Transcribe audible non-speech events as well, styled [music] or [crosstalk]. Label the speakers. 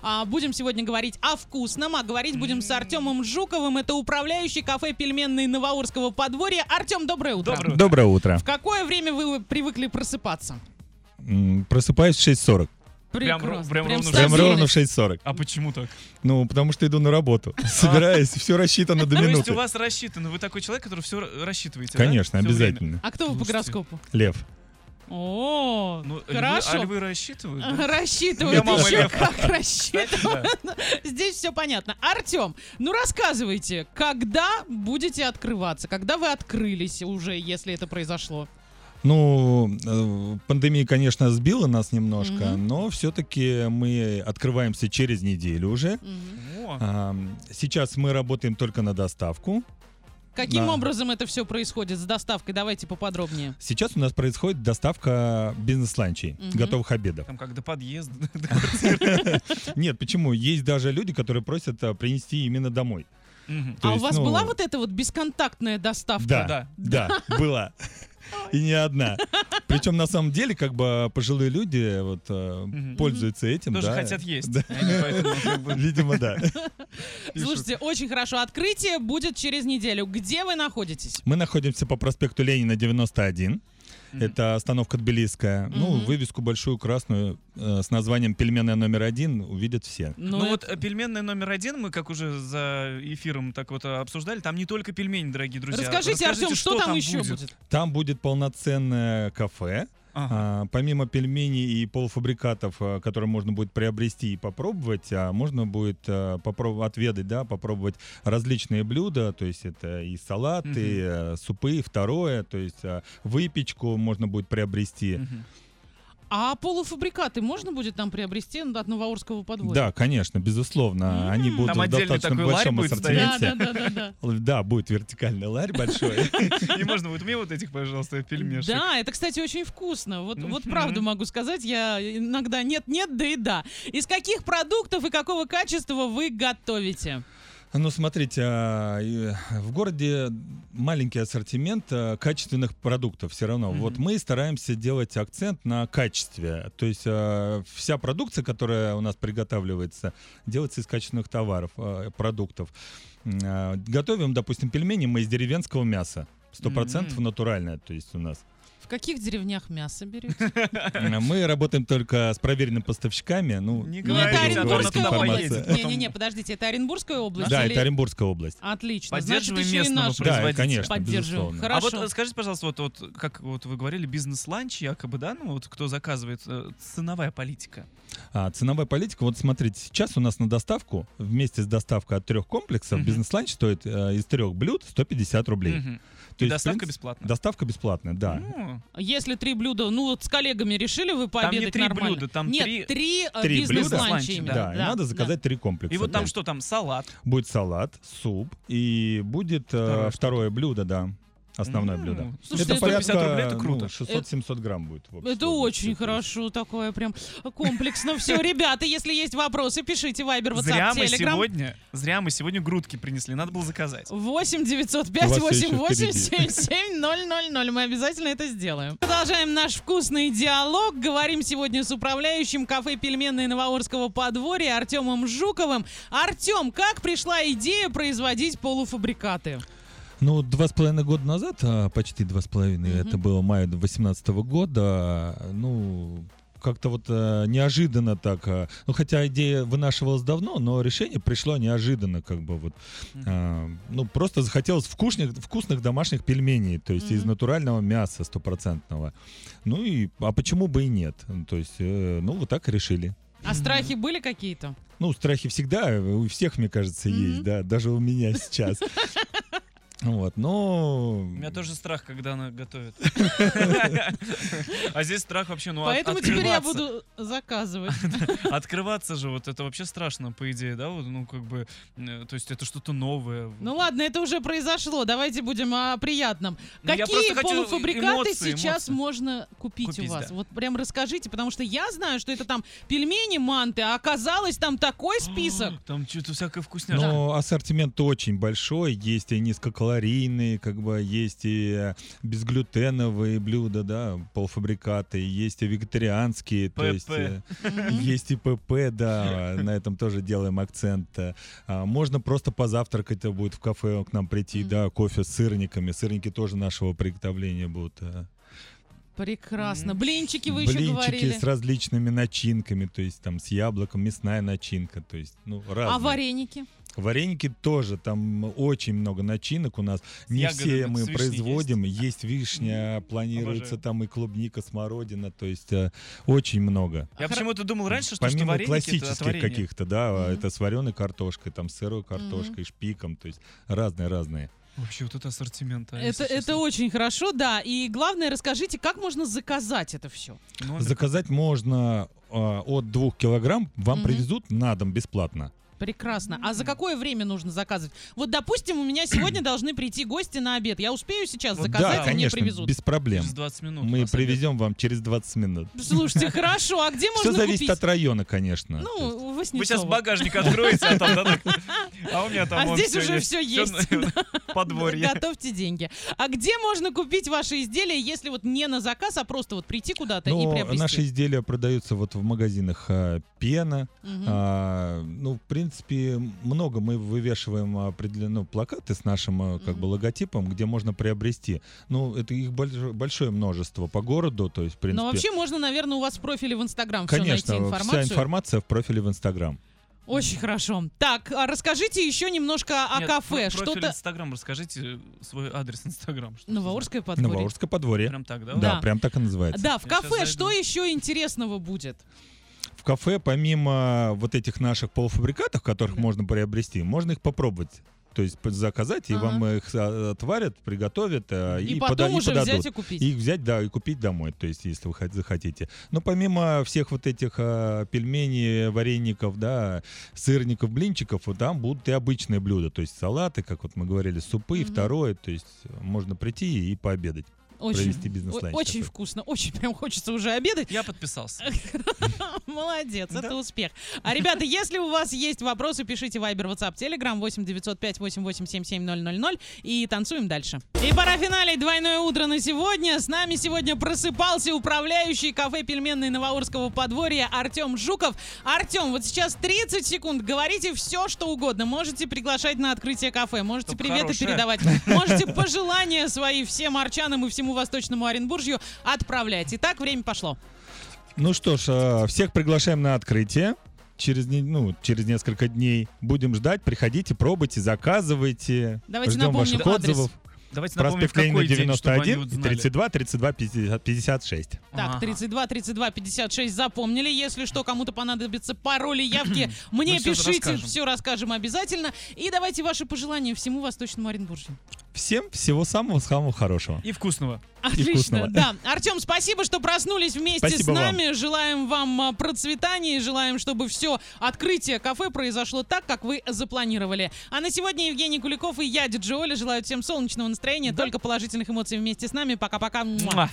Speaker 1: А, будем сегодня говорить о вкусном, а говорить будем с Артемом Жуковым. Это управляющий кафе «Пельменный» Новоурского подворья. Артем, доброе утро.
Speaker 2: Доброе утро.
Speaker 3: Доброе утро.
Speaker 1: В какое время вы привыкли просыпаться?
Speaker 3: М, Просыпаюсь в 6.40.
Speaker 2: Прям ро- прям ровно в
Speaker 3: Прям
Speaker 1: садились.
Speaker 3: ровно в 6.40.
Speaker 2: А почему так?
Speaker 3: Ну, потому что иду на работу.
Speaker 2: А.
Speaker 3: Собираюсь, все рассчитано
Speaker 2: Ну, То
Speaker 3: до
Speaker 2: есть
Speaker 3: минуты.
Speaker 2: у вас рассчитано, вы такой человек, который все рассчитываете, да?
Speaker 3: Конечно,
Speaker 2: Всё
Speaker 3: обязательно.
Speaker 1: А кто вы по
Speaker 2: Слушайте.
Speaker 1: гороскопу?
Speaker 3: Лев.
Speaker 1: О,
Speaker 2: время? Ну, львы- а
Speaker 1: хорошо.
Speaker 2: львы рассчитывают?
Speaker 1: [laughs]
Speaker 2: да?
Speaker 1: Рассчитывают
Speaker 2: Я мама
Speaker 1: еще
Speaker 2: лев.
Speaker 1: как рассчитывают.
Speaker 2: Да.
Speaker 1: [laughs] Здесь все понятно. Артем, ну рассказывайте, когда будете открываться? Когда вы открылись уже, если это произошло?
Speaker 3: Ну, э, пандемия, конечно, сбила нас немножко,
Speaker 1: Мгм.
Speaker 3: но все-таки мы открываемся через неделю уже.
Speaker 1: Мгм.
Speaker 2: О,
Speaker 3: А, Сейчас мы работаем только на доставку.
Speaker 1: Каким
Speaker 3: Да.
Speaker 1: образом это все происходит с доставкой? Давайте поподробнее.
Speaker 3: Сейчас у нас происходит доставка бизнес-ланчей,
Speaker 1: Мгм.
Speaker 3: готовых обедов. [laughs]
Speaker 2: Там как до подъезда. [laughs]
Speaker 3: Нет, почему? Есть даже люди, которые просят а, принести именно домой.
Speaker 2: Мгм.
Speaker 3: То
Speaker 1: а
Speaker 3: есть,
Speaker 1: у вас
Speaker 3: ну,
Speaker 1: была вот эта вот бесконтактная доставка?
Speaker 3: Да,
Speaker 2: Да.
Speaker 3: да, была. И не одна. Причем на самом деле, как бы пожилые люди вот э,
Speaker 2: Мгм.
Speaker 3: пользуются этим.
Speaker 2: Тоже
Speaker 3: да.
Speaker 2: хотят есть.
Speaker 3: Да.
Speaker 2: Они поэтому
Speaker 1: [laughs]
Speaker 2: как бы
Speaker 3: Видимо, да.
Speaker 2: пишут.
Speaker 1: Слушайте, очень хорошо. Открытие будет через неделю. Где вы находитесь?
Speaker 3: Мы находимся по проспекту Ленина 91.
Speaker 2: Мгм.
Speaker 3: Это остановка Тбилисская. Ну,
Speaker 1: Мгм.
Speaker 3: вывеску большую красную э, с названием «Пельменная номер один» увидят все.
Speaker 2: Ну,
Speaker 1: это-
Speaker 2: вот э, пельменная номер один, мы как уже за эфиром так вот э, обсуждали, там не только пельмени, дорогие друзья.
Speaker 1: Расскажите, Артем, что, там, еще будет?
Speaker 3: Там будет полноценное кафе.
Speaker 2: Ага.
Speaker 3: А, помимо пельменей и полуфабрикатов, а, которые можно будет приобрести и попробовать, а можно будет а, попроб- отведать, да, попробовать различные блюда, то есть это и салаты,
Speaker 2: Мгм.
Speaker 3: и, а, супы, второе, то есть а, выпечку можно будет приобрести.
Speaker 2: Мгм. [laughs]
Speaker 1: А полуфабрикаты можно будет там приобрести ну, от Новоурского подводя?
Speaker 3: Да, конечно, безусловно,
Speaker 1: М.
Speaker 3: они будут
Speaker 2: Там
Speaker 3: в
Speaker 2: отдельный
Speaker 3: достаточно
Speaker 2: такой ларь
Speaker 3: большом
Speaker 2: будет стоять.
Speaker 3: ассортименте.
Speaker 1: да, да, да, да.
Speaker 3: Л- Да, будет вертикальный ларь большой.
Speaker 2: И можно вот мне вот этих, пожалуйста, пельмешек.
Speaker 1: Да, это, кстати, очень вкусно. Вот, вот
Speaker 2: Мгм.
Speaker 1: правду могу сказать, я иногда нет-нет, да и да. Из каких продуктов и какого качества вы готовите?
Speaker 3: Ну, смотрите, а, и в городе маленький ассортимент а, качественных продуктов все равно.
Speaker 2: Мгм.
Speaker 3: Вот мы стараемся делать акцент на качестве. То есть а, вся продукция, которая у нас приготавливается, делается из качественных товаров, а, продуктов. М, а, Готовим, допустим, пельмени мы из деревенского мяса. Сто процентов
Speaker 2: Мгм.
Speaker 3: натуральное, то есть у нас.
Speaker 1: В каких деревнях мясо берете?
Speaker 3: А Мы работаем только с проверенными поставщиками. Ну,
Speaker 2: Не
Speaker 3: буду
Speaker 1: это
Speaker 2: говорите, а то
Speaker 3: говорить
Speaker 1: Оренбургская
Speaker 2: она туда
Speaker 3: информацию.
Speaker 1: область.
Speaker 2: поедет.
Speaker 1: Не-не-не, подождите, это Оренбургская область?
Speaker 3: Да,
Speaker 1: или-
Speaker 3: это Оренбургская область.
Speaker 1: Отлично, значит,
Speaker 2: Поддерживаем
Speaker 1: еще и
Speaker 2: местного
Speaker 1: наш.
Speaker 3: Да, и,
Speaker 2: производителя.
Speaker 3: конечно.
Speaker 1: Поддерживаем.
Speaker 3: безусловно.
Speaker 1: Хорошо.
Speaker 2: А вот э, скажите, пожалуйста, вот, вот как вот вы говорили, бизнес-ланч, якобы, да, ну вот кто заказывает, э, ценовая политика.
Speaker 3: А, ценовая политика, вот смотрите, сейчас у нас на доставку вместе с доставкой от трех комплексов
Speaker 2: Мгм.
Speaker 3: бизнес-ланч стоит э, из трех блюд 150 рублей.
Speaker 2: Мгм.
Speaker 3: То
Speaker 2: И
Speaker 3: есть, в
Speaker 2: доставка
Speaker 3: принципе,
Speaker 2: бесплатная.
Speaker 3: Доставка бесплатная, да.
Speaker 2: Ну,
Speaker 1: Если три блюда, ну вот с коллегами решили вы
Speaker 2: не
Speaker 1: пообедать
Speaker 2: три
Speaker 1: нормально.
Speaker 2: блюда, там
Speaker 1: Нет,
Speaker 2: три-
Speaker 1: три, э,
Speaker 3: Три
Speaker 1: бизнес-ланча
Speaker 2: блюда.
Speaker 1: именно.
Speaker 3: Да, и надо заказать три комплекса.
Speaker 2: И вот там
Speaker 3: Да.
Speaker 2: что там, салат.
Speaker 3: Будет салат, суп и будет э,
Speaker 2: Второе
Speaker 3: второе,
Speaker 2: что?
Speaker 3: блюдо, да. Основное
Speaker 2: М,
Speaker 3: блюдо.
Speaker 2: Слушайте,
Speaker 1: это
Speaker 2: 150 рублей, это круто.
Speaker 3: ну, 600-700 грамм будет. в общей
Speaker 1: Это
Speaker 3: сложности.
Speaker 1: очень хорошо, такое прям комплексно все. Ребята, если есть вопросы, пишите Вайбер,
Speaker 2: зря
Speaker 1: WhatsApp,
Speaker 2: мы
Speaker 1: Telegram.
Speaker 2: сегодня, зря мы сегодня грудки принесли, надо было заказать.
Speaker 1: 8
Speaker 3: У
Speaker 1: 905
Speaker 3: вас всё ещё
Speaker 1: 88
Speaker 3: впереди.
Speaker 1: 77 000. Мы обязательно это сделаем. Продолжаем наш вкусный диалог. Говорим сегодня с управляющим кафе пельменной Новоорского подворья Артемом Жуковым. Артем, как пришла идея производить полуфабрикаты?
Speaker 3: Ну, два с половиной года назад, а, почти два с половиной,
Speaker 1: Мгм.
Speaker 3: это было мая 2018 года, ну, как-то вот э, неожиданно так. э, ну, хотя идея вынашивалась давно, но решение пришло неожиданно, как бы вот.
Speaker 2: Мгм.
Speaker 3: э, ну, просто захотелось вкусных, вкусных домашних пельменей, то есть из
Speaker 1: Мгм.
Speaker 3: натурального мяса стопроцентного. Ну и, а почему бы и нет? Ну, То есть, э, ну, вот так и решили.
Speaker 1: А страхи были какие-то?
Speaker 3: Ну, страхи всегда э, у всех, мне кажется,
Speaker 1: Мгм.
Speaker 3: есть, да, даже у меня сейчас. Вот, но...
Speaker 2: У меня тоже страх, когда она готовит. А здесь страх вообще, ну, от-
Speaker 1: Поэтому теперь я
Speaker 2: открываться.
Speaker 1: буду заказывать.
Speaker 2: Открываться же, вот это вообще страшно, по идее, да? Вот, ну, как бы, э, то есть это что-то новое.
Speaker 1: Ну ладно, это уже произошло. Давайте будем о приятном.
Speaker 2: Ну, я
Speaker 1: Какие
Speaker 2: просто хочу
Speaker 1: полуфабрикаты
Speaker 2: эмоции,
Speaker 1: сейчас
Speaker 2: эмоции.
Speaker 1: можно купить, у
Speaker 2: Купить,
Speaker 1: вас?
Speaker 2: да.
Speaker 1: Вот прям расскажите, потому что я знаю, что это там пельмени, манты, а оказалось там такой список.
Speaker 2: [gasps] Там что-то всякое вкусняшка.
Speaker 3: Ну, Но ассортимент очень большой, есть и низкокалорийные калорийные, как бы есть и э, безглютеновые блюда, да, полуфабрикаты, есть и вегетарианские, то
Speaker 2: ПП.
Speaker 3: есть э, есть и ПП, да, на этом тоже делаем акцент. А, Можно просто позавтракать, а будет в кафе к нам прийти,
Speaker 1: Мгм.
Speaker 3: да, кофе с сырниками. Сырники тоже нашего приготовления будут. э.
Speaker 1: Прекрасно.
Speaker 2: М.
Speaker 1: Блинчики вы еще
Speaker 3: Блинчики
Speaker 1: говорили.
Speaker 3: с различными начинками, то есть там с яблоком, мясная начинка, то есть, ну, разные.
Speaker 1: А вареники?
Speaker 3: Вареники тоже, там очень много начинок у нас. Не
Speaker 2: ягодами,
Speaker 3: все мы
Speaker 2: с вишней
Speaker 3: производим. Есть, вишня, планируется
Speaker 2: обожаю.
Speaker 3: там и клубника, смородина, то есть э, очень много.
Speaker 2: Я
Speaker 1: Хра-
Speaker 2: почему-то думал Ну, раньше, что, что
Speaker 3: Помимо
Speaker 2: вареники это
Speaker 3: классических
Speaker 2: от каких
Speaker 3: каких-то, да, а,
Speaker 1: Мгм.
Speaker 3: это с вареной картошкой, там с сырой картошкой, шпиком, то есть разные-разные.
Speaker 2: Вообще вот это ассортимент. а,
Speaker 1: Это,
Speaker 2: если
Speaker 1: это
Speaker 2: честно.
Speaker 1: очень хорошо, да. И главное, расскажите, как можно заказать это все?
Speaker 2: Номер.
Speaker 3: Заказать можно э, от 2 килограмм, вам
Speaker 1: Мгм.
Speaker 3: привезут на дом бесплатно.
Speaker 1: Прекрасно. А за какое время нужно заказывать? Вот, допустим, у меня
Speaker 2: [clears throat]
Speaker 1: сегодня должны прийти гости на обед. Я успею сейчас
Speaker 2: Вот
Speaker 1: заказать,
Speaker 3: да,
Speaker 1: они
Speaker 3: конечно,
Speaker 1: привезут.
Speaker 3: без проблем.
Speaker 2: Через 20 минут. вас
Speaker 3: Мы
Speaker 2: обед.
Speaker 3: привезем вам через 20 минут.
Speaker 1: Слушайте, хорошо, а где
Speaker 3: Все
Speaker 1: можно
Speaker 3: зависит
Speaker 1: купить?
Speaker 3: от района, конечно. То есть-
Speaker 1: Ну,
Speaker 2: Вы сейчас
Speaker 1: Васнецова.
Speaker 2: багажник откроете, а там да, да. А у меня там
Speaker 1: А
Speaker 2: вон
Speaker 1: здесь
Speaker 2: всё
Speaker 1: уже всё есть,
Speaker 2: Всё на- Подворье.
Speaker 1: Готовьте деньги. А где можно купить ваши изделия, если вот не на заказ, а просто вот прийти куда-то и
Speaker 3: Но
Speaker 1: приобрести?
Speaker 3: наши изделия продаются вот в магазинах а, пена.
Speaker 1: Мгм.
Speaker 3: а, ну, в принципе, много мы вывешиваем определенно плакаты с нашим а, как
Speaker 1: Мгм.
Speaker 3: бы логотипом, где можно приобрести. Ну, это их больш- большое множество по городу, то есть, в принципе.
Speaker 1: Но Ну, вообще можно, наверное, у вас в профиле в Инстаграм все найти
Speaker 3: Конечно,
Speaker 1: информацию.
Speaker 3: вся информация в профиле в Инстаграм.
Speaker 1: Очень хорошо. Так, а расскажите еще немножко о
Speaker 2: Нет,
Speaker 1: а кафе.
Speaker 2: про- Профиль
Speaker 1: Что-то
Speaker 2: Инстаграм расскажите, э, свой адрес Инстаграм. что это
Speaker 1: Новоорское подворье.
Speaker 3: Новоорское подворье.
Speaker 2: за- Прям так, да?
Speaker 3: Да,
Speaker 1: Да.
Speaker 3: прям так и называется.
Speaker 1: Да, в
Speaker 2: Я
Speaker 1: кафе
Speaker 2: щас
Speaker 1: что
Speaker 2: зайду.
Speaker 1: еще интересного будет?
Speaker 3: В кафе, помимо вот этих наших полуфабрикатов, которых
Speaker 1: Да.
Speaker 3: можно приобрести, можно их попробовать. То есть п- заказать, и
Speaker 1: Ага.
Speaker 3: вам их а, отварят, приготовят а, и,
Speaker 1: И,
Speaker 3: пода-
Speaker 1: потом
Speaker 3: и
Speaker 1: уже
Speaker 3: подадут.
Speaker 1: взять и купить.
Speaker 3: И их взять, да, и купить домой, то есть, если вы хот- захотите. Но помимо всех вот этих а, пельменей, вареников, да, сырников, блинчиков, вот там будут и обычные блюда, то есть салаты, как вот мы говорили, супы,
Speaker 1: Мгм.
Speaker 3: второе, то есть можно прийти и пообедать. провести бизнес-ланч
Speaker 1: о- очень
Speaker 3: такой.
Speaker 1: вкусно, очень прям хочется уже обедать.
Speaker 2: Я подписался.
Speaker 1: [laughs] Молодец,
Speaker 2: Да.
Speaker 1: это успех. А, ребята, если у вас есть вопросы, пишите Viber, WhatsApp, Telegram 8 905 000 и танцуем дальше. И пора финалить двойное утро на сегодня. С нами сегодня просыпался управляющий кафе пельменной Новоурского подворья Артем Жуков. Артем, вот сейчас 30 секунд, говорите все, что угодно. Можете приглашать на открытие кафе, можете
Speaker 2: Чтоб
Speaker 1: приветы
Speaker 2: хорошее.
Speaker 1: передавать, можете пожелания свои всем арчанам и всему Восточному Оренбуржью отправлять. Итак, время пошло.
Speaker 3: Ну что ж, а, всех приглашаем на открытие. Через, не- ну, через несколько дней будем ждать. Приходите, пробуйте, заказывайте.
Speaker 1: Давайте
Speaker 3: Ждем
Speaker 1: напомним
Speaker 3: ваших
Speaker 1: адрес.
Speaker 3: отзывов.
Speaker 2: Давайте напомним, в
Speaker 3: Проспект Ленина
Speaker 2: какой день, чтобы они
Speaker 3: 91,
Speaker 2: вот знали.
Speaker 3: 32, 32, 50, 56.
Speaker 1: Так,
Speaker 2: Ага.
Speaker 1: 32, 32, 56 запомнили. Если что, кому-то понадобится пароли,
Speaker 2: [clears throat]
Speaker 1: явки, мне
Speaker 2: Мы всё
Speaker 1: пишите,
Speaker 2: расскажем.
Speaker 1: все расскажем обязательно. И давайте ваши пожелания всему Восточному Оренбуржью.
Speaker 3: Всем всего самого-самого хорошего.
Speaker 2: И вкусного.
Speaker 1: Отлично,
Speaker 3: вкусного.
Speaker 1: да. Артем, спасибо, что проснулись вместе
Speaker 3: Спасибо
Speaker 1: с
Speaker 3: вам.
Speaker 1: нами. Желаем вам а, процветания, желаем, чтобы все открытие кафе произошло так, как вы запланировали. А на сегодня Евгений Куликов и я, Диджи Оля, желаю всем солнечного настроения, только положительных эмоций вместе с нами. Пока-пока. Муа.
Speaker 2: Муа.